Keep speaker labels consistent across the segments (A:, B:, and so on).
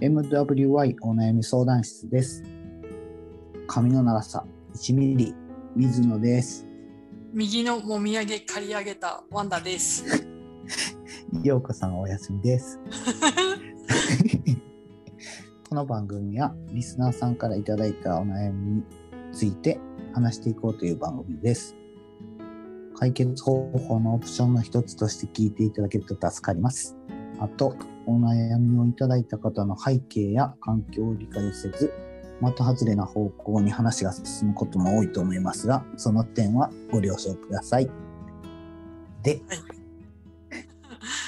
A: MWI お悩み相談室です。髪の長さ1ミリ、水野です。
B: 右のもみあげ刈り上げたワンダです。
A: ようこさんお休みです。 この番組はリスナーさんからいただいたお悩みについて話していこうという番組です。解決方法のオプションの一つとして聞いていただけると助かります。あと、お悩みをいただいた方の背景や環境を理解せず、的外れな方向に話が進むことも多いと思いますが、その点はご了承ください。で、
B: はい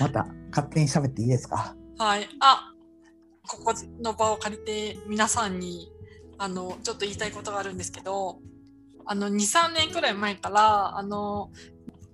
A: また勝手に喋っていいですか
B: はい。あ、ここの場を借りて皆さんにあのちょっと言いたいことがあるんですけど、あの23年くらい前からあの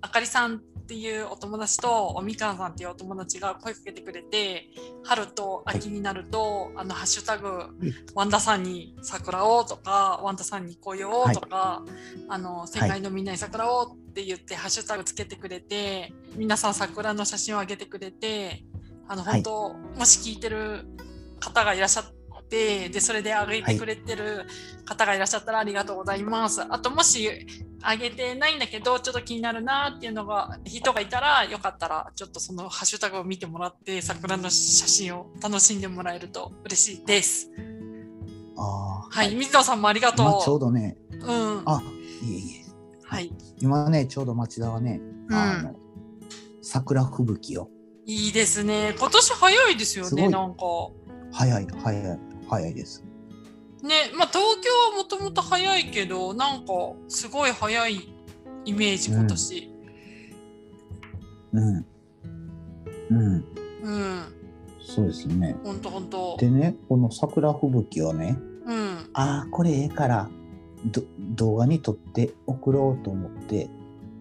B: あかりさんっていうお友達とおみかんさんっていうお友達が声かけてくれて、春と秋になると、あのハッシュタグワンダさんに桜をとか、ワンダさんに紅葉をとか、あの世界のみんなに桜をって言って、ハッシュタグつけてくれて、皆さん桜の写真を上げてくれて、あの
A: はい
B: 本当、もし聞いてる方がいらっしゃって、でそれで上げてくれてる方がいらっしゃったらありがとうございます。あともし上げてないんだけどちょっと気になるなっていうのが人がいたらよかったらちょっとそのハッシュタグを見てもらって桜の写真を楽しんでもらえると嬉しいです。
A: あ
B: はい、水野さんもありが
A: あ、今ちょう
B: と
A: どね、
B: う。うん、は
A: あ、いえいえ、
B: い、
A: 今ね、ちょうど町田はね、あの、桜吹雪を、
B: いいですね。今年早いですよ
A: すご
B: ね。
A: い
B: なんか
A: 早い、早い、早いです。
B: ね、まあ東京はもともと早いけど、なんかすごい早いイメージ今年。
A: うん。うん、
B: うん、
A: そうですね。
B: 本当本当。
A: でね、この桜吹雪をね、
B: うん、
A: ああ、これええから、ど動画に撮って送ろうと思って、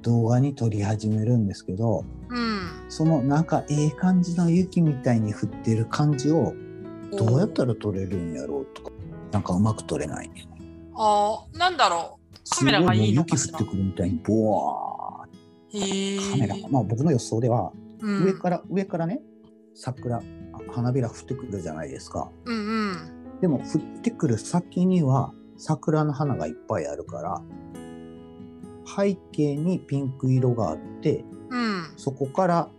A: 動画に撮り始めるんですけど、
B: うん。
A: そのなんかええ感じの雪みたいに降ってる感じをどうやったら撮れるんやろうとか、なんかうまく撮れないね。
B: あーなんだろうカメラがいいのかし
A: す
B: ら
A: ごいもう雪降ってくるみたいに、ボワ
B: へ
A: ー
B: ー
A: カメラが、まあ僕の予想では、
B: うん、
A: 上から、上からね、桜、あ花びら降ってくるじゃないですか。
B: うんうん
A: でも降ってくる先には桜の花がいっぱいあるから、背景にピンク色があって、
B: うん
A: そこから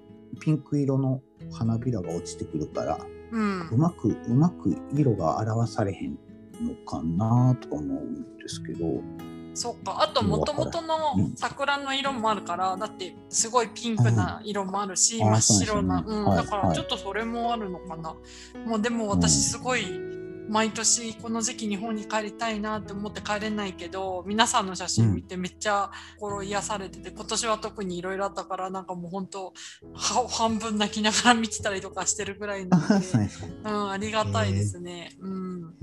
A: ピンク色の花びらが落ちてくるから、
B: うん
A: うまくうまく色が表されへんのかなとか思うんですけ ど
B: そっかあともともとの桜の色もあるから、だってすごいピンクな色もあるし、
A: うん
B: 真っ白
A: あ
B: なう、
A: そうですよね
B: ん
A: はい
B: だからちょっとそれもあるのかな、もうでも私すごい毎年この時期日本に帰りたいなって思って帰れないけど皆さんの写真見てめっちゃ心癒されてて、今年は特にいろいろあったからなんかもう本当は半分泣きながら見てたりとかしてるぐらいなの で
A: そうですか
B: うん、ありがたいですね。うん。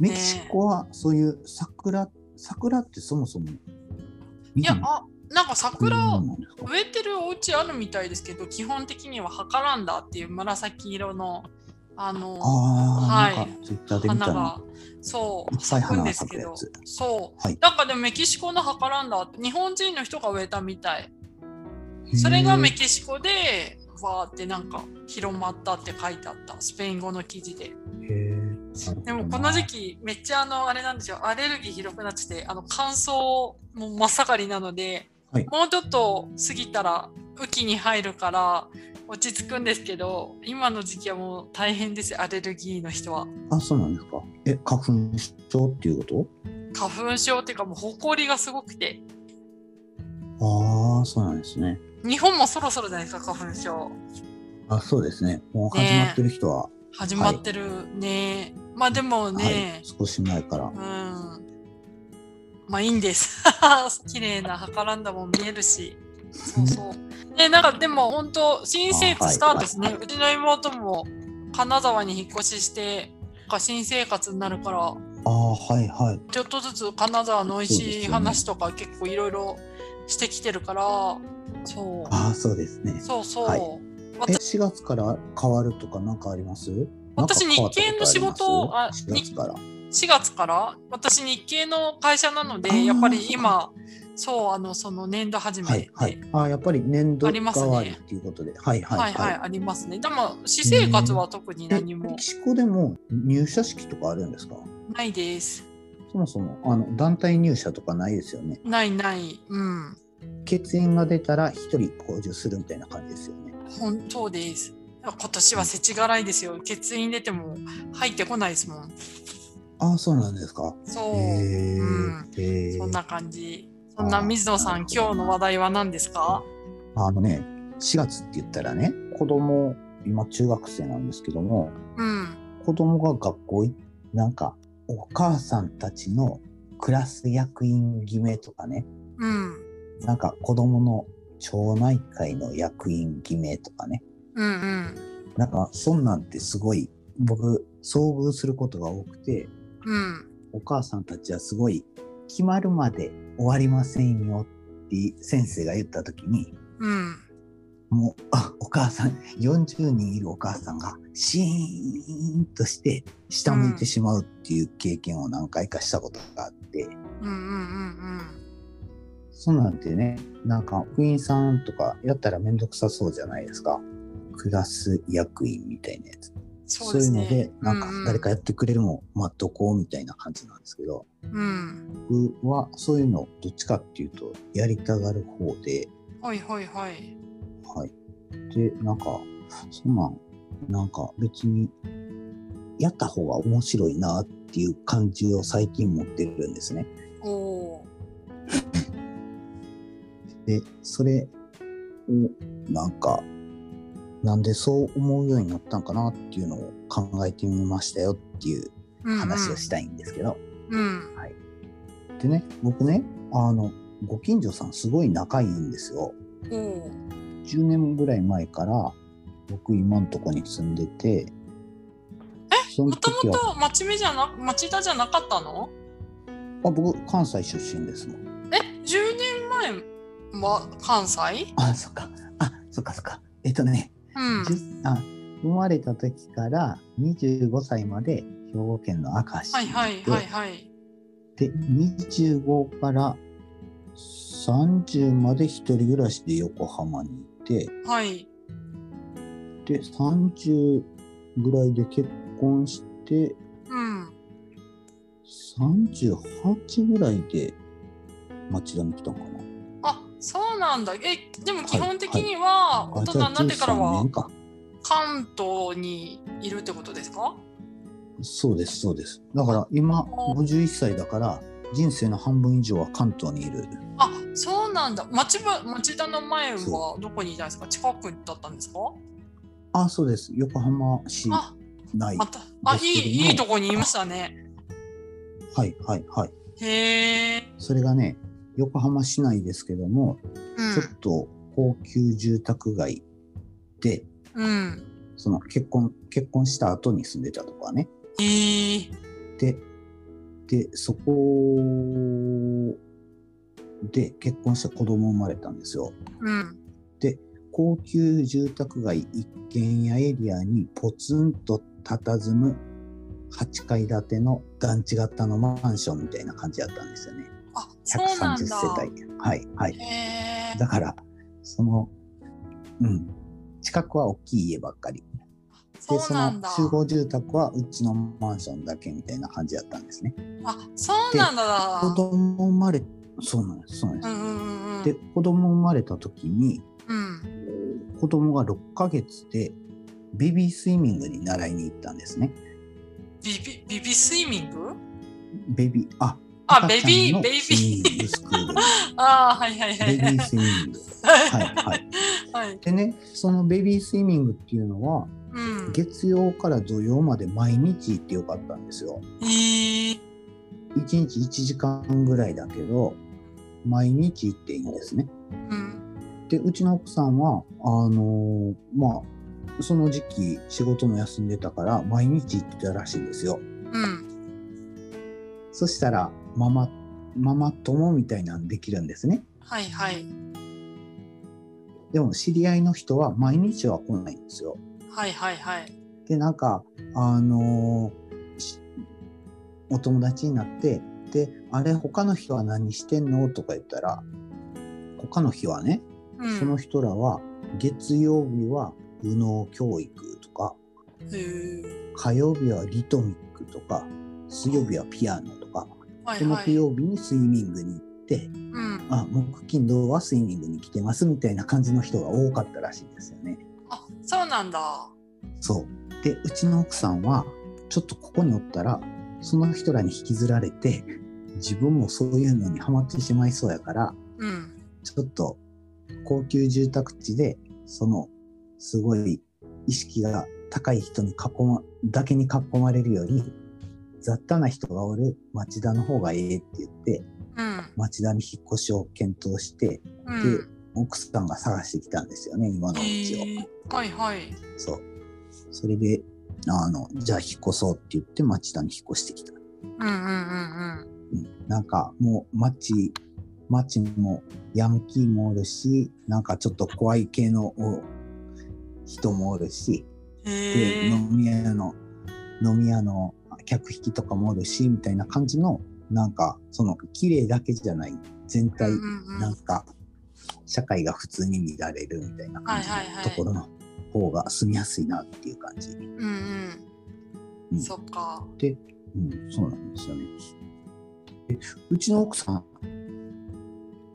A: メキシコはそういう桜桜ってそもそも
B: い
A: 見て
B: や、
A: も
B: あ、なんか桜
A: ら
B: を
A: なんですか
B: 植えてるお家あるみたいですけど、基本的にはハカランダっていう紫色の。あの、
A: ああ、
B: はい
A: なんかツイッターで見
B: 花
A: たの
B: が。そう、
A: いっぱい
B: 咲く
A: 花
B: ん
A: が
B: です
A: 咲く
B: け
A: や
B: ど
A: つ。
B: そう。
A: はい
B: なんかでもメキシコのハカランダって日本人の人が植えたみたい。それがメ
A: キ
B: キシコで。わーってなんか広まったって書いてあったスペイン語の記事で
A: シコ
B: でもこの時期めっちゃあのあれなんですよアレルギー広くなっててあの乾燥も真っ盛りなので、
A: はい
B: もうちょっと過ぎたら雨季に入るから落ち着くんですけど今の時期はもう大変ですよアレルギーの人は
A: あそうなんですかえ花粉症っていうこ
B: 花粉症っていうかもう埃がすごくて
A: とああそうなんですね
B: 日本もそろそろじゃないですか花粉症
A: あそうですねもう始まってる人は、
B: 始まってるね、まあでも
A: はい
B: ね、
A: 少し前から
B: うんまあいいんです。 綺麗なはからんだも見えるし。そうそう。ね、なんかでも本当新生活スタートです
A: あ
B: ね。
A: は
B: うちの妹も金沢に引っ越しして、なんか新生活になるから、
A: ああはいはい
B: ちょっとずつ金沢の美
A: そ
B: 味
A: うです
B: しい
A: よね
B: 話とか結構いろいろしてきてるから、そう。
A: ああそうですね
B: そうそう。
A: はいえ4月から変わるとか何かあります
B: 私
A: なんか変わったことあります
B: 日系の仕事をあ
A: 4月から
B: 4月から私日系の会社なの
A: あー
B: でやっぱり今そうあのその年度始め
A: はい
B: て、
A: はい。ああ、やっぱり年度
B: ありますね
A: 代わりっていうことで。はいは
B: はいい
A: は。
B: はいいありますねでも私生活は特に
A: え
B: 何
A: メ
B: も
A: キシコでも入社式とかあるんですか
B: ないです
A: そもそもあの団体入社とかないですよね。
B: ないないうん
A: 血縁が出たら一人補充するみたいな感じですよね。
B: 本当です今年は世知辛いですよ欠員出ても入ってこないですもん
A: ああ、そうなんですか。
B: そう、
A: へ
B: うん
A: え。へえ
B: そんな感じそんな
A: あー
B: 水野さん今日の話題は何ですか
A: あのね、4月って言ったらね、子供、今中学生なんですけども、
B: うん
A: 子供が学校行なんか、お母さんたちのクラス役員決めとかね、
B: うん
A: なんか子供の町内会の役員決めとかね、
B: うんうん
A: なんかそんなんってすごい、僕、遭遇することが多くて、
B: うん
A: お母さんたちはすごい、決まるまで終わりませんよって先生が言った時に、
B: うん
A: もう、あ、お母さん、40人いるお母さんが、シーンとして、下向いてしまうっていう経験を何回かしたことがあって、
B: うんうんうん
A: そうなんてね、なんか、部員さんとかやったらめんどくさそうじゃないですか。クラス役員みたいなやつ。
B: うん
A: そう
B: そうです
A: い
B: ね
A: うので、なんか
B: う、
A: 誰かやってくれるも、待っとこうみたいな感じなんですけど、
B: うん
A: 僕はそういうの、どっちかっていうと、やりたがる方で、
B: はいはいはい
A: はい。で、なんか、そんなん、なんか別に、やった方が面白いなっていう感じを最近持ってるんですね。
B: おお
A: で、それを、なんか、なんでそう思うようになったんかなっていうのを考えてみましたよっていう
B: ー
A: 話をしたいんですけど。
B: うんうん
A: でね、僕ね、あの、ご近所さんすごい仲いいんですよ。
B: うんおお
A: 10年ぐらい前から、僕今んとこに住んでて、えその
B: もと
A: 時
B: も
A: は
B: と町目じゃな町田じゃなかったの
A: あ僕関西出身ですもん。
B: え10年前は関西
A: あそっかあそっかそっかえっとね、
B: うん
A: じゅあ生まれた時から25歳まで兵庫県の明石
B: はいはいはいはい
A: で25から30まで一人暮らしで横浜にいて
B: はい
A: で30ぐらいで結婚して
B: うん
A: 38ぐらいで町田に来たのかな。
B: あそうなんだえでも基本的
A: はいはい
B: には大
A: あ
B: 人になってから
A: じゃあ13
B: は
A: 年か。
B: 関東にいるってことですか
A: そうです、そうです。だから今、51歳だから、人生の半分以上は関東にいる。
B: あそうなんだ町ば町田の前
A: そ
B: はどこにいたんですか近くだったんですか
A: あ、そうです。横浜市
B: あ
A: 内。
B: またあい
A: ですけど
B: い
A: も
B: いいとこにいましたね
A: はい、はい、はい。
B: へえ、
A: それがね、横浜市内ですけども、
B: うん
A: ちょっと高級住宅街で、
B: うん
A: その結婚、結婚した後に住んでたとかね。
B: へえ
A: で、で、そこで結婚して子供生まれたんですよ。
B: うん
A: 高級住宅街一軒家エリアにポツンと佇む8階建ての団地型のマンションみたいな感じだったんですよね。
B: あそうなん
A: 130
B: だ
A: 世帯。はい、はい。
B: へえ
A: だから、その、うん。近くは大きい家ばっかり。で、
B: そう
A: そ
B: な
A: の
B: んだ
A: 集合住宅はうちのマンションだけみたいな感じだったんですね。
B: あそうなんだ
A: 子供生まれ、そうなんです、そうなん
B: う
A: で
B: んうんうんう
A: す。
B: ん
A: で、子供生まれた時に、
B: うん
A: 子供が6ヶ月でベビースイミングに習いに行ったんですね。
B: ビビビビスイミング
A: ベビー、あ、
B: あ
A: 赤ちゃん
B: ベビ
A: の
B: ーベビ
A: スイミン
B: ー
A: グスクール。
B: あーはいはいは
A: ベ
B: い
A: ビースイミング。はいはい。
B: はい
A: でね、そのベビースイミングっていうのは、
B: うん
A: 月曜から土曜まで毎日行ってよかったんですよ。
B: へえ
A: 1日1時間ぐらいだけど、毎日行っていいんですね。
B: うん
A: で、うちの奥さんは、あのーまあ、その時期仕事も休んでたから、毎日行ってたらしいんですよ。
B: うん
A: そしたら、ママ、ママ友みたいなんできるんですね。
B: はいはい
A: でも、知り合いの人は毎日は来ないんですよ。
B: はいはいはい
A: で、なんか、あのーしお友達になってであれ他の日は何してんのとか言ったら他の日はね
B: う
A: その
B: ん。
A: 人らは月曜日は右脳教育とか
B: へー
A: 火曜日はリトミックとか水曜日はピアノとか
B: はい
A: で
B: は
A: 木
B: い。
A: 曜日にスイミングに行って
B: うん。
A: あ木金土はスイミングに来てますみたいな感じの人が多かったらしいんですよね。
B: あ、そうなんだ。
A: そうでうちの奥さんはちょっとここにおったらその人らに引きずられて自分もそういうのにハマってしまいそうやから
B: うん。
A: ちょっと高級住宅地でそのすごい意識が高い人に囲まだけに囲まれるより雑多な人がおる町田の方がええって言って
B: うん。
A: 町田に引っ越しを検討して
B: うん。
A: 奥さんが探してきたんですよね今の
B: へ
A: うちを。
B: ーはいはい。
A: そう。それで、あの、じゃあ引っ越そうって言って町田に引っ越してきた。う
B: うんうんうん
A: ん、なんかもう町、町もヤンキーもおるし、なんかちょっと怖い系のお人もおるし、
B: うん。へ
A: で、
B: え。
A: 飲み屋の、飲み屋の客引きとかもおるし、みたいな感じの、なんかその綺麗だけじゃない、全体、
B: うんうん
A: なんか社会が普通に乱れるみたいな感じ
B: はいはいは
A: の
B: い
A: ところの方が住みやすいなっていう感じ。
B: うん
A: う
B: うん。
A: ん
B: そっ
A: う
B: か。
A: ん、そうなんですよね。えうちの奥さん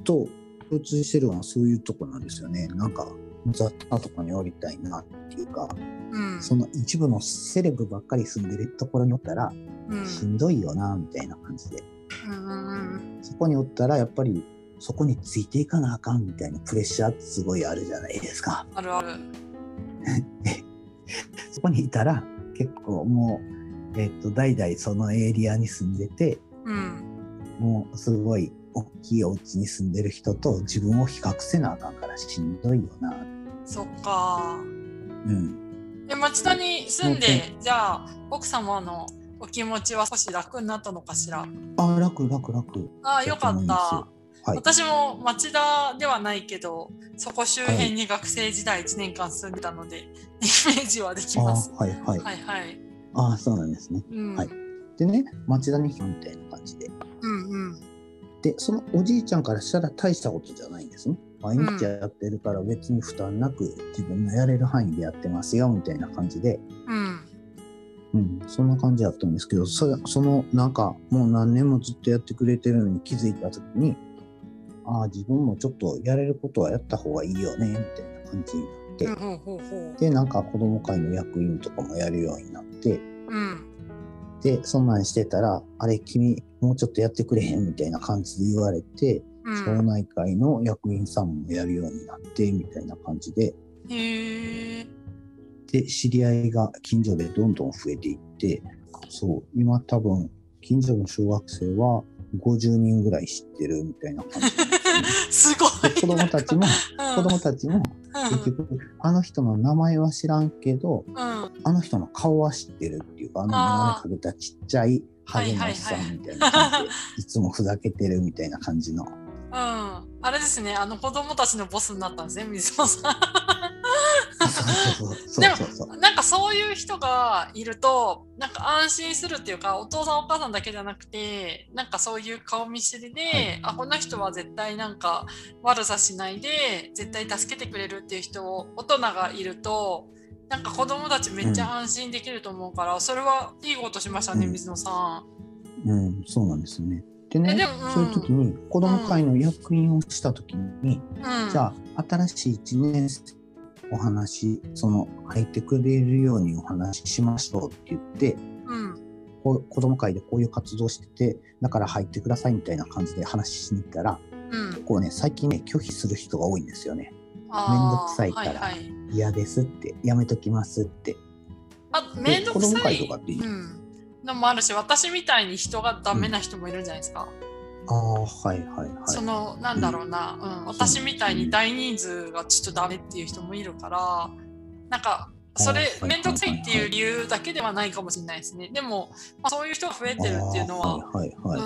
A: と共通してるのはそういうとこなんですよね。なんか雑多なとこにおりたいなっていうか、
B: うん。
A: その一部のセレブばっかり住んでるところにおったら
B: うん
A: しんどいよなみたいな感じで、
B: うんうん
A: そこにおったらやっぱりそこについていかなあかんみたいなプレッシャーってすごいあるじゃないですか。
B: うん。あるある。
A: そこにいたら結構もう、えっと代々そのエリアに住んでて、
B: うん。
A: もうすごい大きいお家に住んでる人と自分を比較せなあかんからしんどいよな。
B: そっか。
A: うん。
B: え、町田に住んで
A: う、
B: じゃあ、奥様のお気持ちは少し楽になったのかしら。
A: ああ、楽楽楽。
B: ああ、よかった。
A: はい。
B: 私も町田ではないけど、そこ周辺に学生時代1年間住んでたので、イメージはでき
A: ああ
B: ます。
A: はいはい。
B: はいはい。
A: ああそうなんですね。
B: うん。
A: はいでね町田に来たみたいな感じで。
B: うんうん。
A: でそのおじいちゃんからしたら大したことじゃないんですね。毎日やってるから別に負担なく自分のやれる範囲でやってますよみたいな感じで。
B: うん。
A: うん、そんな感じだったんですけどそそのなんかもう何年もずっとやってくれてるのに気づいた時にああ自分もちょっとやれることはやった方がいいよねみたいな感じになって、
B: うんほうほうほう。
A: でなんか子ども会の役員とかもやるようになって
B: うん。
A: でそんなんしてたら「あれ君もうちょっとやってくれへん」みたいな感じで言われて、
B: う
A: 町
B: ん。
A: 内会の役員さんもやるようになってみたいな感じで
B: へえ。
A: で知り合いが近所でどんどん増えていってそう今多分近所の小学生は50人ぐらい知ってるみたいな 感じなんですよね
B: すご
A: で
B: い。
A: 子供たち も
B: うん、
A: 子供たちも結局あの人の名前は知らんけど
B: うん。うん。
A: あの人の顔は知ってるっていうかあの
B: あー
A: 眼鏡かけたちっちゃいハゲのおっさんみたいな感じでいつもふざけてるみたいな感じ の
B: うん、あれですね、あの子供たちのボスになったんですね、水野さ。
A: そうそうそうそうそうそうん
B: なんかそういう人がいると、なんか安心するっていうか、お父さんお母さんだけじゃなくて、なんかそういう顔見知りで、
A: い
B: あ、この人は絶対なんか悪さしないで、絶対助けてくれるっていう人を、大人がいると、なんか子供たちめっちゃ安心できると思うから、それはいいことしましたね、
A: うん
B: 水野さ
A: うんそうなんですよねで
B: え
A: ね
B: でもうん
A: そういう時に子供会の役員をした時に、
B: ん。うん。
A: じゃあ新しい1年生お話その入ってくれるようにお話ししましょうって言って
B: うん。
A: こう子ども会でこういう活動しててだから入ってくださいみたいな感じで話ししに行ったら
B: うん。
A: こうね最近ね拒否する人が多いんですよね
B: あー
A: めんどくさいから
B: はいはい
A: 嫌ですってやめときますって
B: あ、
A: で
B: めんど
A: 子
B: く
A: 供
B: さい。
A: 会とかっていい
B: うん。のもあるし、私みたいに人がダメな人もいるんじゃないですか。
A: ああはいはいはい
B: その、なんだろうな、うん、私みたいに大人数がちょっとダメっていう人もいるから、なんか、そ
A: あー
B: れ
A: はい
B: めんどくさいっていう理由だけではないかもしれないですね。でも、まあ、そういう人が増えてるっていうのは、
A: あーはいはいはい、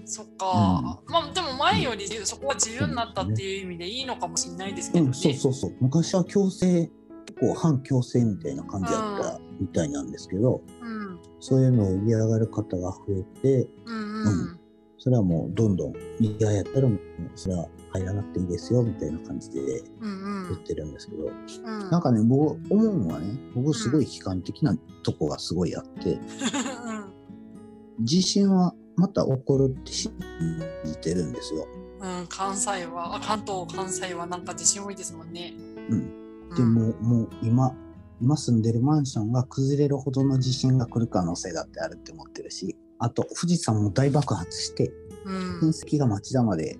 B: うん、そっか、まあでも前よりそこは自由になったっていう意味でいいのかもしれないですけど
A: う
B: ね
A: ん、。そうそうそう昔は強制結構反強制みたいな感じだったみたいなんですけど、
B: うん
A: そういうのを嫌がる方が増えて、
B: うんうん。
A: それはもうどんどん嫌やったらもうそれは入らなくていいですよみたいな感じで言
B: うんうん
A: ってるんですけど、
B: うん。
A: なんかね僕思うのはね僕すごい悲観的なとこがすごいあって地震はまた起こるって信じてるんですよ。
B: うん、うん、関西は、あ関東、関西はなんか地震多いですもんね。
A: うん
B: うん。
A: でももう今今住んでるマンションが崩れるほどの地震が来る可能性だってあるって思ってるしあと富士山も大爆発して
B: うん、
A: 噴石が町田まで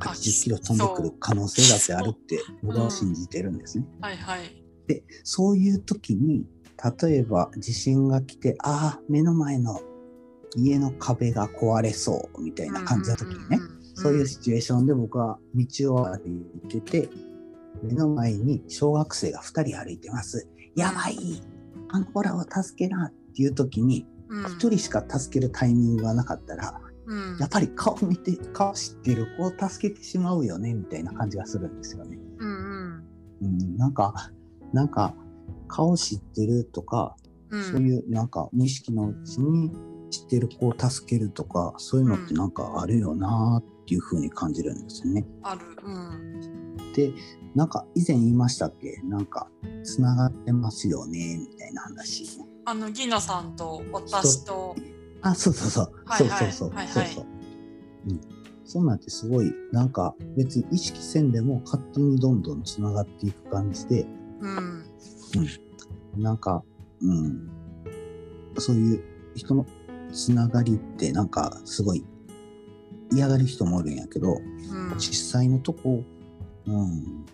A: 80キロ飛んでくる可能性だってあるって僕は信じてるんですね。
B: はいはい。
A: でそういう時に例えば地震が来てああ目の前の家の壁が壊れそうみたいな感じの時にね
B: んんんん
A: そういうシチュエーションで僕は道を歩いてて目の前に小学生が2人歩いてます。やばいあの子らを助けなっていう時に
B: うん
A: 1人しか助けるタイミングがなかったら
B: うん
A: やっぱり顔見て顔知ってる子を助けてしまうよねみたいな感じがするんですよね。
B: うん
A: うん、なんかなんか顔知ってるとか、
B: うん
A: そういうなんか無意識のうちに知ってる子を助けるとかそういうのってなんかあるよなっていう風に感じるんですよね。
B: ある。うん。
A: でなんか以前言いましたっけなんかつながってますよねみたいな話。
B: あの、ギーナさんと私と、
A: あ、そうそうそう。
B: は
A: そ
B: いうは
A: そ
B: いう
A: そう。
B: はい
A: そ
B: は
A: う
B: い
A: そう。うん。そうなんてすごい、なんか別に意識せんでも勝手にどんどんつながっていく感じで、
B: うん。
A: なんか、うん。そういう人のつながりってなんかすごい嫌がる人もおるんやけど、
B: うん。
A: 実際のとこ、うん。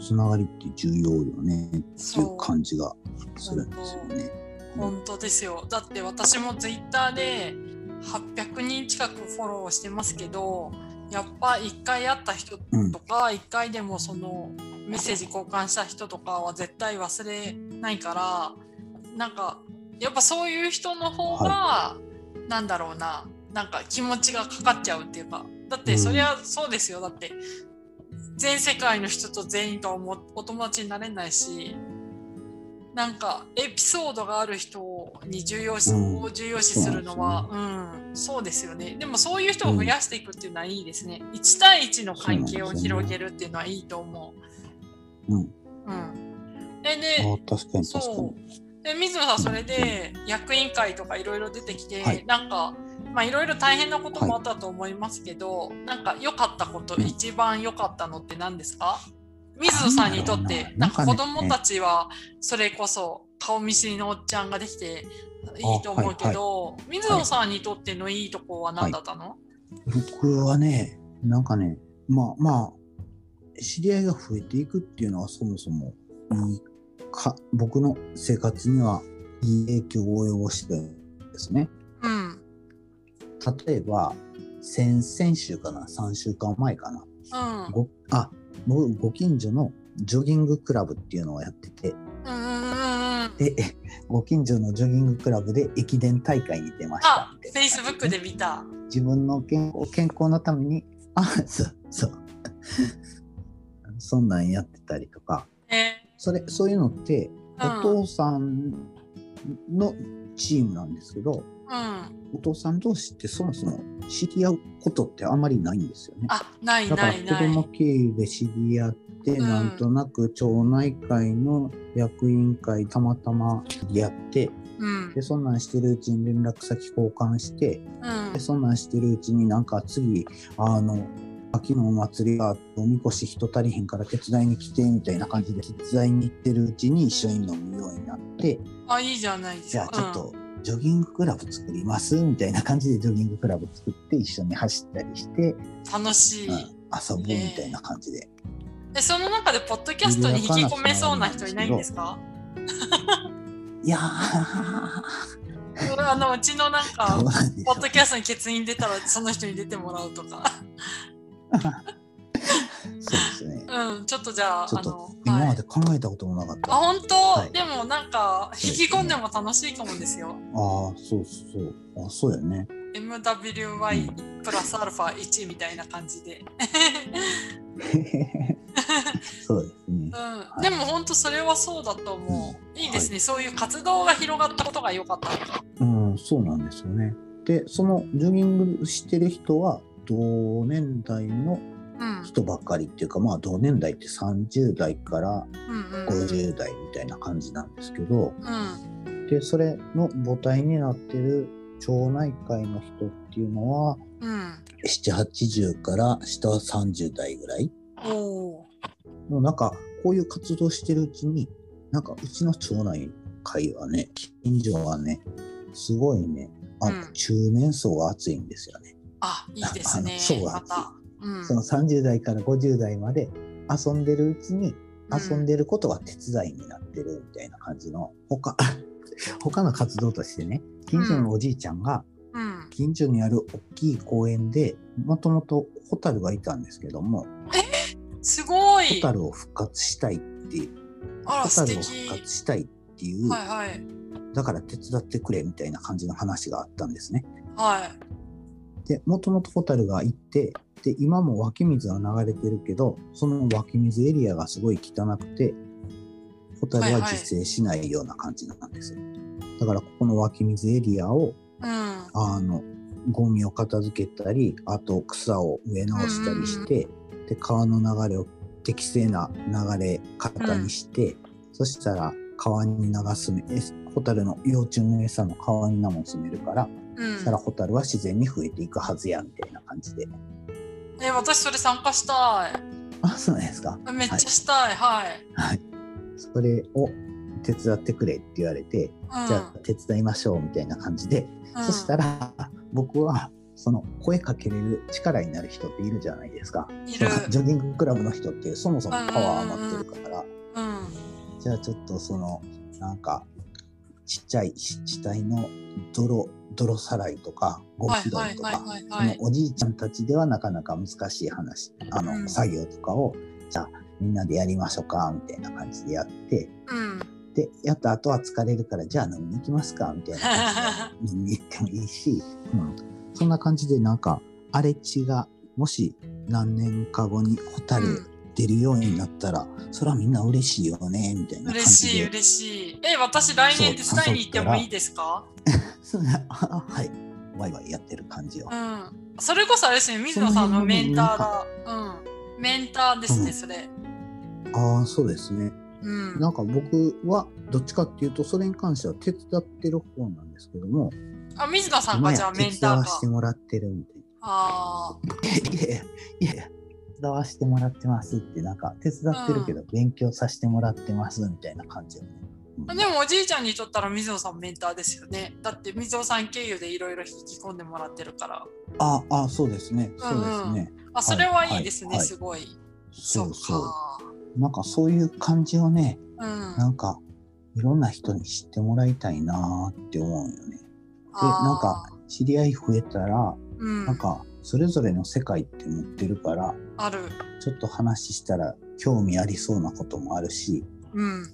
A: つながりって重要よねっていう感じがするんですよね。
B: 本当ですよだって私もツイッターで800人近くフォローしてますけどやっぱ1回会った人とか1回でもそのメッセージ交換した人とかは絶対忘れないからなんかやっぱそういう人の方が、なんだろうななんか気持ちがかかっちゃうっていうかだってそりゃそうですよだって全世界の人と全員とはもお友達になれないしなんかエピソードがある人に重要視、
A: うん
B: を重要視するのはうん、そうですよねでもそういう人を増やしていくっていうのはいいですね、1対1の関係を広げるっていうのはいいと思
A: うん。
B: う、うん、えで、
A: あ確かに確か
B: そ
A: に。
B: う。で水野さんそれで役員会とかいろいろ出てきて、
A: はい
B: なんかまあいろいろ大変なこともあったと思いますけど、なんか良かったこと、
A: うん
B: 一番良かったのって何ですか？水野さんにとって
A: な
B: な
A: だ
B: んん
A: ろ
B: か
A: うな
B: 子供たちはそれこそ顔見知りのおっちゃんができていいと思うけど、水野さんにとってのいいとこは何だったの？
A: 僕はね、なんかね、まあまあ、知り合いが増えていくっていうのはそもそもいいか、僕の生活にはいい影響を及ぼしてるんですね。
B: うん
A: 例えば、先々週かな、3週間前かな、
B: うん
A: ごあ、僕、ご近所のジョギングクラブっていうのをやってて、
B: うんうんうんうん。
A: で、ご近所のジョギングクラブで駅伝大会に出ました
B: あ
A: みたい、
B: フ
A: な
B: ェイスブックで見た。
A: 自分の健康健康のためにあそうそうそんなんやってたりとか
B: え
A: それそういうのってお
B: ー、うん
A: 父さんのチームなんですけど、
B: うん。
A: お父さん同士ってそもそも知り合うことってあまりないんですよね。
B: あ、ない
A: だか
B: な
A: ら
B: い
A: 子
B: ない。
A: 供経由で知り合って、
B: うん
A: なんとなく町内会の役員会たまたま知り合って
B: うん
A: で。そんなんしてるうちに連絡先交換して
B: うん
A: でそんなんしてるうちになんか次あの秋のお祭りがおみこし人足りへんから手伝いに来てみたいな感じで手伝いに行ってるうちに一緒に飲むようになって
B: あ、いいじゃないです
A: じゃ
B: か。
A: あちょっとジョギングクラブ作りますみたいな感じでジョギングクラブ作って一緒に走ったりして、
B: うん楽しい、
A: うん、遊ぼうみたいな感じで、
B: え、その中でポッドキャストに引き込めそうな人いないんですか？
A: いやー
B: うんあのうちのなん
A: どう
B: か
A: なんでし
B: ポ
A: ょ
B: ッドキャストに欠員出たらその人に出てもらうとか。
A: うそうですね
B: うん、ちょっとじゃあ
A: ちょっ
B: あ
A: と
B: の、
A: 今
B: は
A: ま
B: い
A: で。考えたこともなかった、
B: あ、本当、
A: はい
B: でもなんか
A: そう
B: 引
A: ですね
B: き込んでも楽しいかもですよ。
A: ああそうそうあそうよ ね
B: MWY プラスアルファ1みたいな感じで。
A: そうですね
B: うん、でも本当それはそうだと思う。いいですね、そういう活動が広がったことが良かった。
A: うん、そうなんですよね。で、そのジョギングしてる人は、同年代の
B: うん、
A: 人ばっかりっていうか、まあ、同年代って30代から
B: うん、うん、うん
A: 50代みたいな感じなんですけど、
B: うん、
A: で、それの母体になってる町内会の人っていうのは、
B: うん、
A: 7、80から下は30代ぐらい。
B: おー
A: もうなんか、こういう活動してるうちに、なんか、うちの町内会はね、近所はね、すごいね、あ
B: うん
A: 中年層が熱いんですよね。
B: あ、いいです
A: あ
B: ね
A: のそう。
B: ま
A: だ
B: た。うん
A: その30代から50代まで遊んでるうちに、遊んでることが手伝いになってるみたいな感じの、他、 他の活動としてね、近所のおじいちゃんが、
B: うん、
A: 近所にある大きい公園で、もともとホタルがいたんですけども、
B: すご
A: ホ
B: い。
A: タルを復活したいっていう、
B: あら、
A: ホ
B: 素
A: タルを
B: 敵。
A: 復活したいっていう、
B: はい、はい、
A: だから手伝ってくれみたいな感じの話があったんですね。
B: はい。
A: で、もともとホタルがいて、で、今も湧き水は流れてるけど、その湧き水エリアがすごい汚くて、ホタルは自生しないような感じなんです。だからここの湧き水エリアを、
B: うん、
A: あの、ゴミを片付けたり、あと草を植え直したりして、で、川の流れを適正な流れ方にして、そしたら川に流すめ、ホタルの幼虫の餌も川に流すめるから、
B: うん
A: したら。ホタルは自然に増えていくはずやみたいな感じで。
B: え、私それ参加した
A: あ、そうなんですか。
B: い。めっちゃしたい。はい。
A: はい。それを手伝ってくれって言われて、
B: うん
A: じゃあ手伝いましょうみたいな感じで、
B: うん
A: そしたら僕はその声かけれる力になる人っているじゃないですか。
B: いる。
A: ジョギングクラブの人ってそもそもパワー持ってるから、
B: うん。
A: じゃあちょっとそのなんかちっちゃい死体の泥泥さらいとかゴミ
B: はい
A: 拾いとか、
B: はいはいはい
A: そ
B: は
A: の
B: い。
A: おじいちゃんたちではなかなか難しい話あの、
B: うん
A: 作業とかをじゃあみんなでやりましょうかみたいな感じでやって
B: うん。
A: でやった後は疲れるからじゃあ飲みに行きますかみたいな感 じで飲みに行ってもいいし、うん、そんな感じでなんか荒れ地がもし何年か後にホタル
B: うん
A: 出るようになったら、それはみんな嬉しいよねみたいな感
B: 嬉し
A: じ
B: い
A: で。
B: 嬉しい。え、私来年手
A: そう
B: 伝いに行ってもいいですか？
A: そんなはいワイワイやってる感じを
B: う。ん。それこそあれですね、水野さんのメンターだ。うん。メンターです
A: う
B: ね、
A: ん
B: それ。
A: ああそうですね。
B: うん。
A: なんか僕はどっちかっていうとそれに関しては手伝ってる方なんですけども
B: あ、水野さん
A: 今
B: がじゃ
A: や
B: あメ
A: 手
B: ン
A: 伝
B: ター
A: わして
B: か。
A: もらってるみたい
B: あ
A: ないやいやいや手伝わしてもらってますってなんか手伝ってるけど勉強させてもらってますみたいな感じよね、うん
B: あ。でもおじいちゃんにとったら水野さんメンターですよね。だって水野さん経由でいろいろ引き込んでもらってるから。
A: ああそうですねそうですね、
B: あ、それはいいです
A: はい
B: ね、
A: はい
B: すごい。
A: そうそう
B: か。
A: なんかそういう感じをね
B: うん。
A: なんかいろんな人に知ってもらいたいなーって思うよねでなんか知り合い増えたら
B: あー、うん、
A: なんかそれぞれの世界って持ってるから、
B: ある。
A: ちょっと話したら興味ありそうなこともあるし、
B: うん。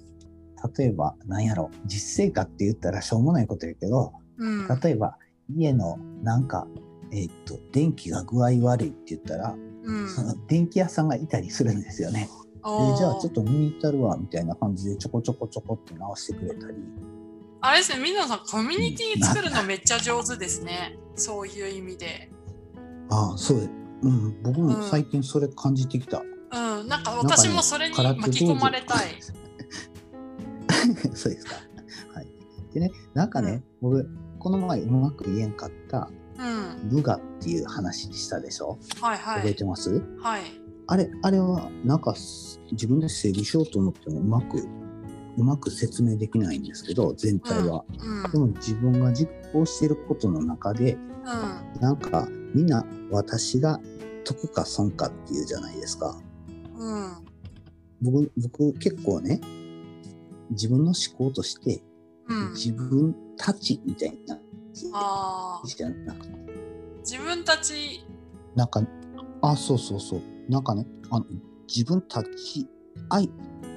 A: 例えば、なんやろ、実生活って言ったらしょうもないことやけど、
B: うん。
A: 例えば、家のなんか、えーっと、電気が具合悪いって言ったら、
B: うん、
A: その電気屋さんがいたりするんですよね。で
B: おー
A: じゃあちょっと見に行ったるわ、みたいな感じでちょこちょこちょこって直してくれたり、
B: あれですね、水野さん、コミュニティ作るのめっちゃ上手ですね。そういう意味で。
A: ああ、そう、うん、僕も最近それ感じてきた。
B: うん、なんか私もそれに巻き込まれたい。
A: そうですか。はい。でね、なんかね、僕、この前うまく言えんかった、
B: うん。
A: 無我っていう話したでしょ、
B: はいは
A: 覚え
B: い。
A: てます
B: はい。
A: あれあれはなんか自分で整理しようと思ってもうまくうまく説明できないんですけど全体は、
B: うん。
A: でも自分が実行してることの中で
B: う
A: なんかみんな私が得か損かっていうじゃないですか
B: ん。うん。
A: 僕僕結構ね自分の思考として
B: うん。
A: 自分たちみたいな、
B: ああ。
A: じゃなくて
B: 自分たち。
A: なんか、あ、そうそうそう。なんかね、あの自分たち、愛、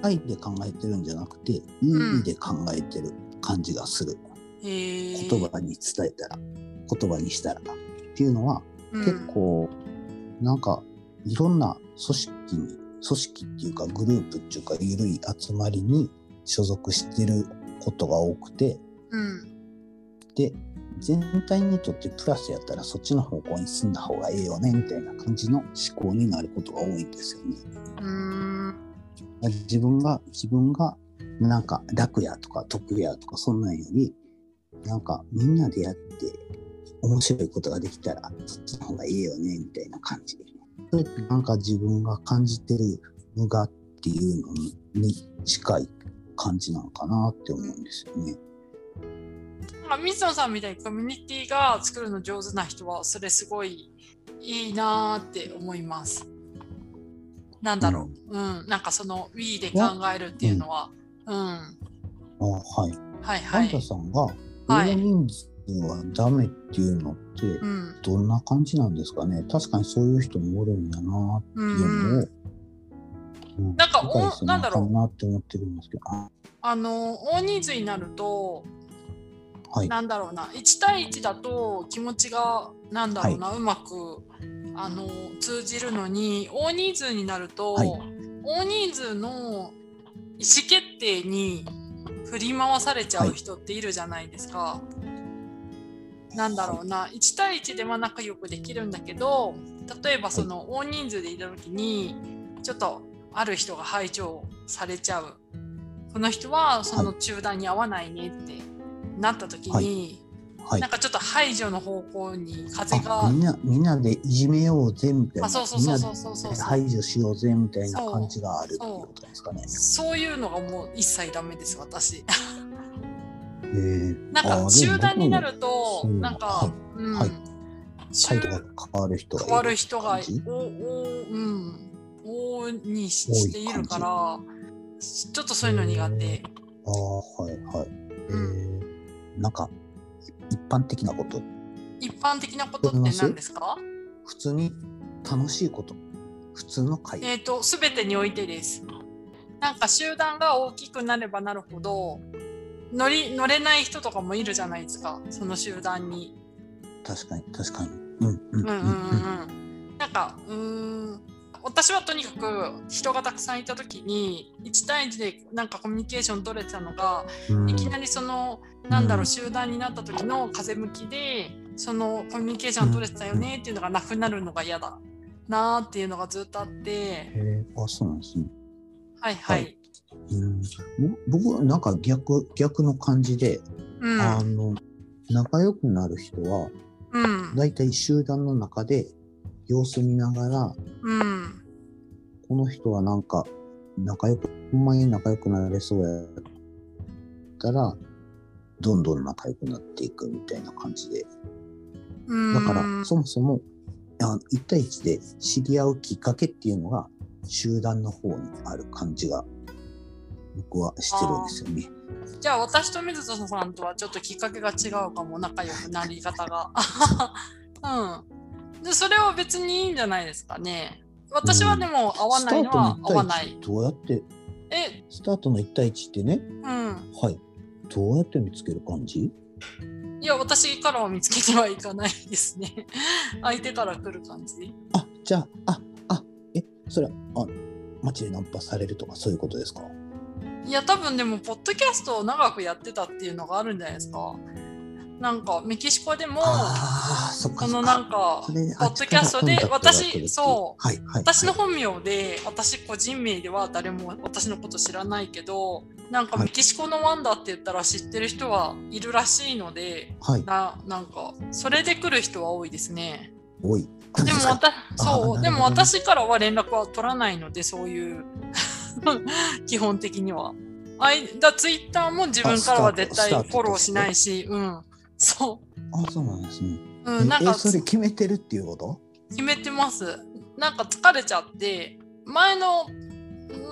A: 愛で考えてるんじゃなくて、
B: ん
A: 意味で考えてる感じがする。
B: えー、
A: 言葉に伝えたら、言葉にしたら。っていうのは、
B: うん、
A: 結構、なんか、いろんな組織に、組織っていうかグループっていうか、緩い集まりに所属してることが多くて、
B: うん。
A: で、全体にとってプラスやったらそっちの方向に進んだ方がええよね、みたいな感じの思考になることが多いんですよね。
B: うーん。
A: 自分が、自分がなんか楽やとか得やとかそんなんより、なんかみんなでやって面白いことができたらそっちの方がいいよね、みたいな感じ。それってなんか自分が感じてる無我っていうのにに近い感じなのかなって思うんですよね。
B: なんか水野さんみたいにコミュニティが作るの上手な人はそれすごいいいなーって思います。なんだろう、うん、なんかその Wii で考えるっていうのは、うん、
A: あはい。
B: はい
A: パ
B: は
A: ンタ
B: い、
A: さんが
B: は
A: 大
B: い
A: 人数はダメっていうのって
B: うん、
A: どんな感じなんですかね確かにそういう人もおるんやなっ
B: う
A: ていうのを、
B: ん、
A: うん
B: なんか
A: 理解する
B: おなんだろう
A: のかなって思ってるんですけどあ
B: あの大人数になると、
A: はい
B: なんだろうな1対1だと気持ちがなんだろうな、うまくあの通じるのに大人数になると、
A: はい
B: 大人数の意思決定に振り回されちゃう人っているじゃないですか。なんだろうな1対1では仲良くできるんだけど例えばその大人数でいた時にちょっとある人が排除されちゃうこの人はその中断に合わないねってなった時
A: は
B: に、
A: はい
B: なんかちょっと排除の方向に風が
A: あみんなみんなでいじめようぜみたいな
B: あそうそう
A: みん
B: そ
A: な
B: う
A: で
B: そうそうそう
A: 排除しようぜみたいな感じがあるっていうことですかね。
B: そういうのがもう一切ダメで す私
A: へー
B: なん
A: あーで
B: か
A: も
B: 中断になると
A: 僕もそう
B: なんか、
A: はい
B: うん、
A: はい
B: 中
A: 態度が変わる人がい
B: 変わる人が
A: 感じ
B: おお、うん、往々にししているからちょっとそういうの苦
A: へ
B: 手。
A: ああはいはい。え
B: うん
A: ー、なんか一般的なこと
B: 一般的なことって何ですか
A: 普通に楽しいこと普通の会
B: えっ、と全てにおいてです。なんか集団が大きくなればなるほど乗り乗れない人とかもいるじゃないですかその集団に。
A: 確かに確かにうんうん
B: うんうんうんうん、なんかうーん私はとにかく人がたくさんいた時に1対1でなんかコミュニケーション取れてたのが
A: うん
B: いきなりそのなんだ
A: う
B: ろうん集団になった時の風向きでそのコミュニケーション取れてたよねっていうのがなくなるのが嫌だなーっていうのがずっとあって
A: へーあそうなんですね
B: はいは、
A: はいうんぼ僕はなんか逆逆の感じで、
B: うん
A: あの仲良くなる人は
B: うん
A: だいたい集団の中で様子見ながら
B: うん
A: この人はなんか仲良くほんまに仲良くなれそうやったらどんどん仲良くなっていくみたいな感じで
B: うん
A: だから、そもそも、あ1対1で知り合うきっかけっていうのが、集団の方にある感じが、僕はしてるんですよね。
B: じゃあ私と水田さんとはちょっときっかけが違うかも仲良くなり方が うんでそれは別にいいんじゃないですかね私はでも合わ
A: スタ
B: ない
A: ー
B: の
A: ト
B: は
A: の
B: 合わ
A: 1
B: な
A: 対
B: い
A: 1、どうやって、
B: え
A: スタートの1対1ってね、
B: うん
A: はい、どうやって見つける感じ
B: いや、私からは見つけてはいかないですね。 相手から来る感じ。
A: あ、じゃあ、あ、あ、え、それは、あ、街でナンパされるとかそういうことですか
B: いや、多分でも、ポッドキャストを長くやってたっていうのがあるんじゃないですか。なんか、メキシコでも、
A: ああ、そっか
B: そ
A: そ
B: の
A: っ
B: な
A: か。
B: んか、
A: それで
B: ポッドキャストで
A: あっちからコンタクトが取れてるってい
B: 私そう
A: はいはい、はい。
B: 私の本名で、私個人名では誰も私のこと知らないけど、なんか
A: はい
B: メキシコのワンダーって言ったら知ってる人はいるらしいので、
A: はい、
B: ななんか、それで来る人は多いですね。
A: 多い。
B: でもわたそう、
A: あ
B: で
A: なる
B: も
A: ほどね
B: 私からは連絡は取らないので、そういう、 基本的には。あいだツイッターも自分からは絶対
A: あスタート
B: フォローしないし、うん、そ
A: あ、そうなんですね。
B: う、うん、なん
A: ええ
B: か
A: それ決めてるっていうこと
B: 決めてます。なんか疲れちゃって、前の、も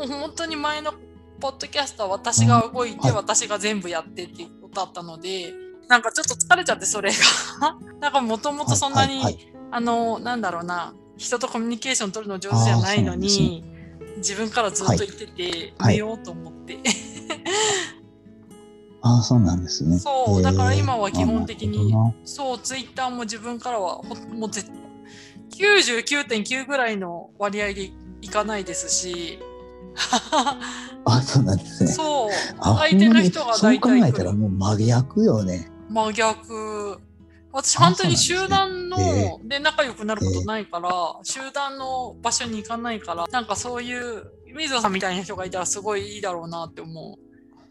B: う本当に前のポッドキャストは私が動いて、
A: はい
B: 私が全部やってっていうことだったので、なんかちょっと疲れちゃって、それが。 なんかもともとそんな
A: は
B: に、
A: いはい
B: あの、なんだろうな、人とコミュニケーション取るの上手じゃないの
A: あーそうな
B: に、自分からずっと言ってて、
A: はい
B: 見ようと思って。
A: ああそうなんですね。
B: そう
A: へー
B: だから今は基本的に
A: あなる
B: そう、ツイッターも自分からは、ほもう絶99.9ぐらいの割合でいかないですし、
A: ほどなあそうなんですね。
B: そう、
A: あ
B: 相手の人が
A: ほんまに
B: 大
A: そう
B: 体来る
A: 考えたらもう真逆よね。
B: 真逆。私、
A: あ
B: 本当に集団の
A: そうなん
B: で,、
A: ですね
B: 仲良くなることないから、集団の場所に行かないから、なんかそういう、水野さんみたいな人がいたらすごいいいだろうなって思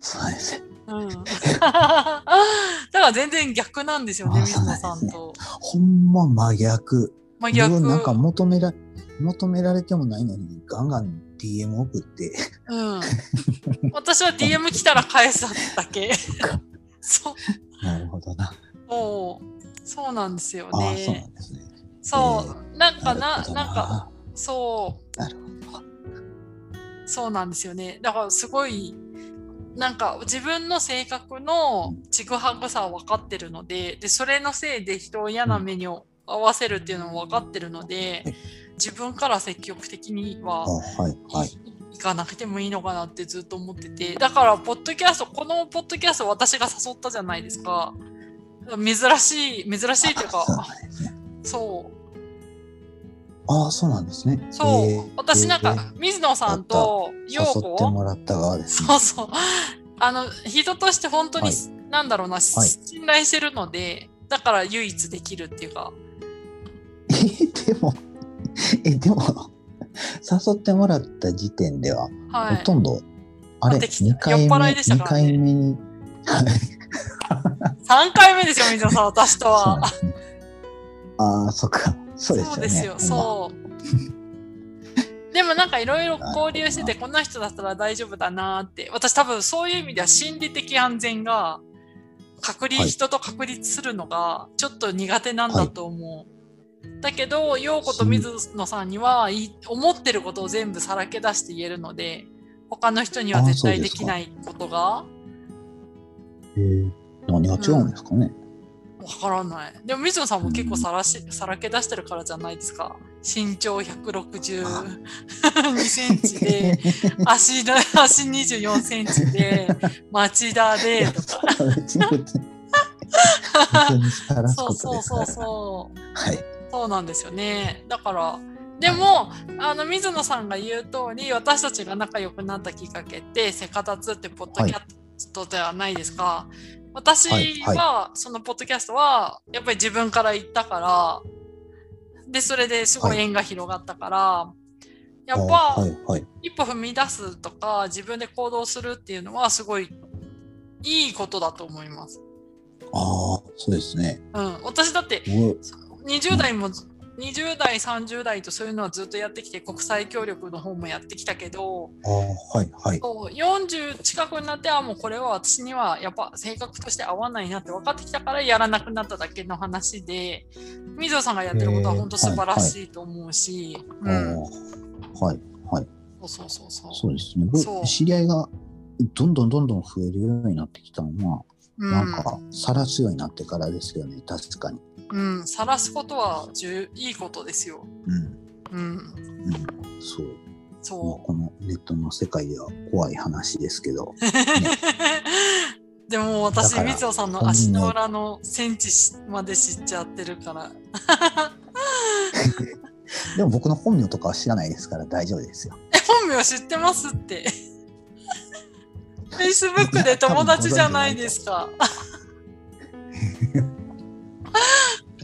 A: そうなんですよ。
B: う。うん、だから全然逆なんですよね、
A: あ
B: 水
A: そう
B: 野
A: なんです
B: さ
A: ね
B: んと。
A: ほんま真逆。
B: 真
A: 僕
B: 逆。
A: なんか求めら求められてもないのにガンガン DM 送って
B: うん、私は DM 来たら返すだけ。そう
A: なるほどな、
B: もう そうなんですよ
A: ああそうな
B: ね。
A: んですね
B: そう、なん
A: な
B: か
A: る
B: な、
A: ほど
B: なんか、そう。
A: なる
B: そうなんですよね。だからすごい、なんか自分の性格のちぐはぐさは分かってるので、で、それのせいで人を嫌な目に合わせるっていうのも分かってるので
A: うん、
B: 自分から積極的に
A: あ
B: は
A: はいはい
B: 行かなくてもいいのかなってずっと思ってて、だから、ポッドキャスト、このポッドキャスト私が誘ったじゃないですか。珍しい、珍しいっていう
A: あそうな
B: か、
A: んですね
B: そう。
A: ああそうなんですね
B: そう、
A: えー
B: 私なん
A: え
B: か、水野さんと
A: ー
B: 陽
A: 誘って
B: 子
A: もらった側ですね
B: そうそう。あの、人として本当に、
A: はい
B: なんだろうな、
A: い
B: 信頼してるので、だから唯一できるっていうか、
A: えーでもえでも誘ってもらった時点では、ほ
B: はい。
A: とんどあれ
B: あでき
A: 2回
B: 酔っ払
A: 目
B: いでした
A: 二
B: からね
A: 回目に
B: 3回目ですよ、水野さん、私と
A: そうなん
B: は。
A: ですね ああそっかそうですよねほんま
B: そう。 でもなんかいろいろ交流してて、こんな人だったら大丈夫だなーって。私多分そういう意味では心理的安全が、隔離、
A: はい
B: 人と確立するのがちょっと苦手なんだと思う。だけど、陽子と水野さんにはいい思ってることを全部さらけ出して言えるので、他の人には
A: あー
B: 絶対
A: そう
B: で
A: です
B: き
A: か
B: ないことが
A: えー何が違うんですか ね、
B: わからない。でも水野さんも結構さらし、さらけ出してるからじゃないですか。身長
A: あ
B: 162センチ で、足の足24センチで、町田で とか。
A: そう別に別に別にさらす
B: そ
A: こ
B: う
A: と
B: そ
A: で
B: う
A: すか
B: そう
A: ら
B: そう。
A: はい
B: そうなんですよね。だから、でも、あの、水野さんが言う通り、私たちが仲良くなったきっかけって、セカタツってポッドキャストではないですか。私は、
A: はいはい
B: そのポッドキャストは、やっぱり自分から言ったから、で、それですご
A: は
B: い縁が広がったから、やっ
A: あ
B: ぱ
A: はいはい
B: 一歩踏み出すとか自分で行動するっていうのはすごいいいことだと思います。
A: ああそうですね
B: うん、私だって
A: 僕
B: 20代も、20代30代とそういうのはずっとやってきて国際協力の方もやってきたけど
A: ああはいはい
B: そう40近くになってあもうこれは私にはやっぱ性格として合わないなって分かってきたからやらなくなっただけの話で水野さんがやってることは本当素晴らしいと思うし、
A: ああ
B: うん、
A: はいはい
B: そうそうそうそう
A: そうですね
B: そう
A: 僕知り合いがどんどんどんどん増えるようになってきたのは、
B: うん
A: なんかさらすようになってからですよね確かに
B: うん、晒すことは重いいことですよ。
A: うん
B: うん、
A: うんそう、まあ
B: そ
A: このネットの世界では怖い話ですけど
B: う。 でも私
A: だ、から
B: 水野さんの足の裏のセンチまで知っちゃってるから。
A: でも僕の本名とかは知らないですから大丈夫ですよ
B: え、本名知ってますって。Facebook で友達じゃないですか。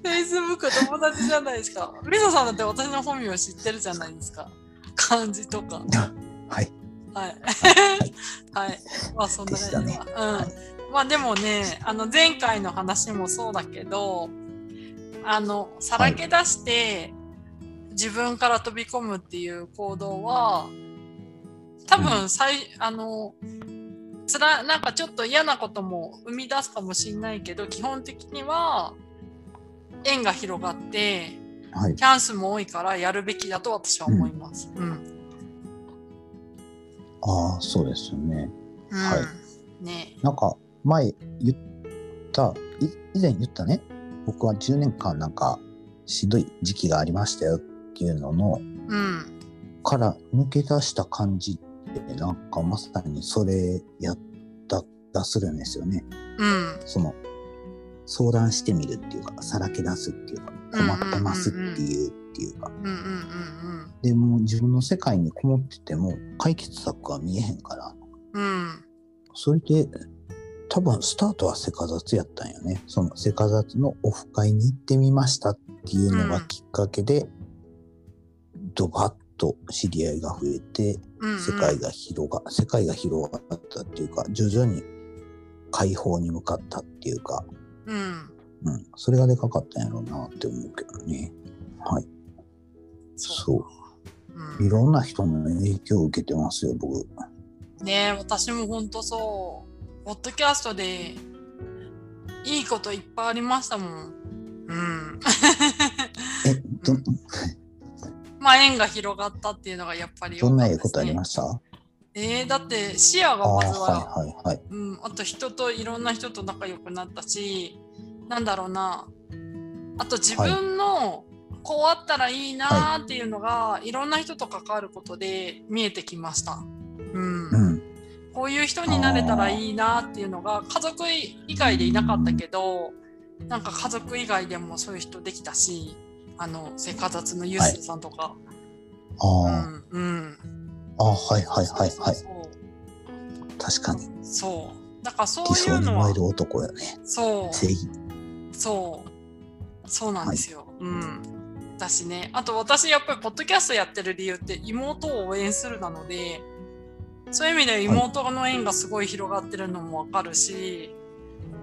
B: Facebook 友達じゃないですか。水野さんだって私の本名知ってるじゃないですか。漢字とか。
A: はい
B: はい。はい。まあそんな感じ
A: で
B: で
A: し
B: うん。まあでもね、あの前回の話もそうだけど、あの、さらけ出して自分から飛び込むっていう行動は、多分最、あの、つら、なんかちょっと嫌なことも生み出すかもしれないけど、基本的には縁が広がって、
A: はい
B: チャンスも多いからやるべきだと私は思います。うん
A: ああそうですよね
B: うん
A: は
B: ね
A: なんか前言ったい以前言ったね僕は10年間なんかしんどい時期がありましたよっていうのの
B: うん。
A: から抜け出した感じってなんかまさにそれやった気がするんですよね
B: うん。
A: その相談してみるっていうかさらけ出すっていうか困ってますっていうっていうか
B: うんうんうん
A: でも自分の世界にこもってても解決策は見えへんから
B: うん。うん。
A: それで、多分スタートはセカザツやったんよね。そのセカザツのオフ会に行ってみましたっていうのがきっかけで、ドバッと知り合いが増えて、
B: うんうん
A: 世界が広が、世界が広がったっていうか、徐々に解放に向かったっていうか、
B: うん
A: うん、それがでかかったんやろうなって思うけどね。はい。そうう。い
B: ん
A: ろんな人の影響を受けてますよ、僕。
B: ねえ私も本当そうポッドキャストでいいこといっぱいありましたもんうん
A: え、ど
B: う、まあ縁が広がったっていうのがやっぱり
A: どんなええことあり
B: す
A: ましたあ
B: えーだって視野が
A: あ
B: ま
A: ー、
B: ずは
A: はいはいはい。
B: うん、あと人といろんな人と仲良くなったしなんだろうなあと自分のこうあったらいいなーっていうのが、い、ろんな人と関わることで見えてきました、うん
A: うん。
B: こういう人になれたらいいなっていうのが家族以外でいなかったけどなんか家族以外でもそういう人できたしあの生活雑のユースさんとか、
A: ああ、
B: うんうん
A: ああ、はいはいはい
B: そう
A: はい。
B: そう
A: 確かに。
B: そうだからそう
A: 理
B: い
A: 想
B: う
A: に
B: の
A: 燃
B: は
A: える男やね。
B: そう
A: 正義。
B: そう。そうなんですよ。うん。だしね。あと私、やっぱり、ポッドキャストやってる理由って、妹を応援するなので、そういう意味では妹の縁がすごい広がってるのもわかるし、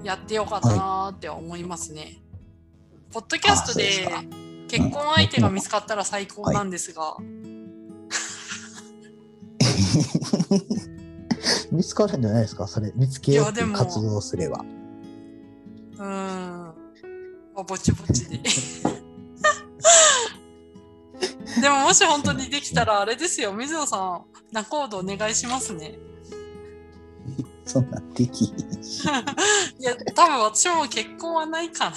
B: やってよかったなーって思いますね。ポッドキャストで
A: あそうで
B: 結婚相手が見つかったら最高なんですが、
A: 見つかるんじゃないですかそれ。見つけようっていう活動をすれば。
B: うーん。まあぼちぼちで。 でももし本当にできたらあれですよ、水野さん、仲人お願いしますね。
A: そんなで きひん。
B: いや、多分私も結婚はないかな。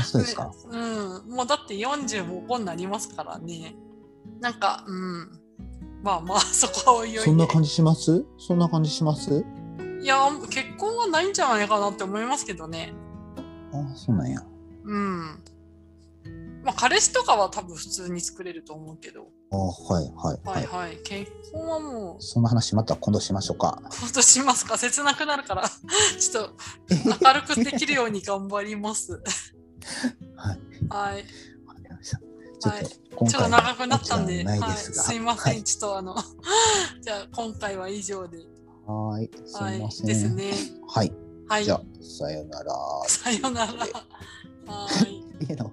A: あ、そうですか。
B: うん、もうだって45になりますからね。なんか、うん。まあまあ、そこはおいおいで
A: そんな感じしますそんな感じします
B: いや、結婚はないんじゃないかなって思いますけどね。
A: あ、そうなんや。
B: うん。まあ、彼氏とかは多分普通に作れると思うけど。
A: あ、はいはい
B: は
A: はいい。
B: はい。結婚はもう、
A: その話また今度しましょうか。
B: ほんとしますか切なくなるから、 ちょっと明るくできるように頑張ります。
A: はい。
B: はい。
A: わかりましたちょっ
B: はい
A: と今
B: ちょっ
A: 回
B: と長くなったんで、
A: ない
B: はい、
A: ですが。
B: すいません、
A: はい
B: ちょっとあの、 じゃあ今回は以上で。
A: はーい。す
B: はい
A: ま
B: い。
A: せん。
B: ですね。
A: はい。
B: はい
A: じゃ。あ、さよなら。
B: さようなら。はい。
A: いいの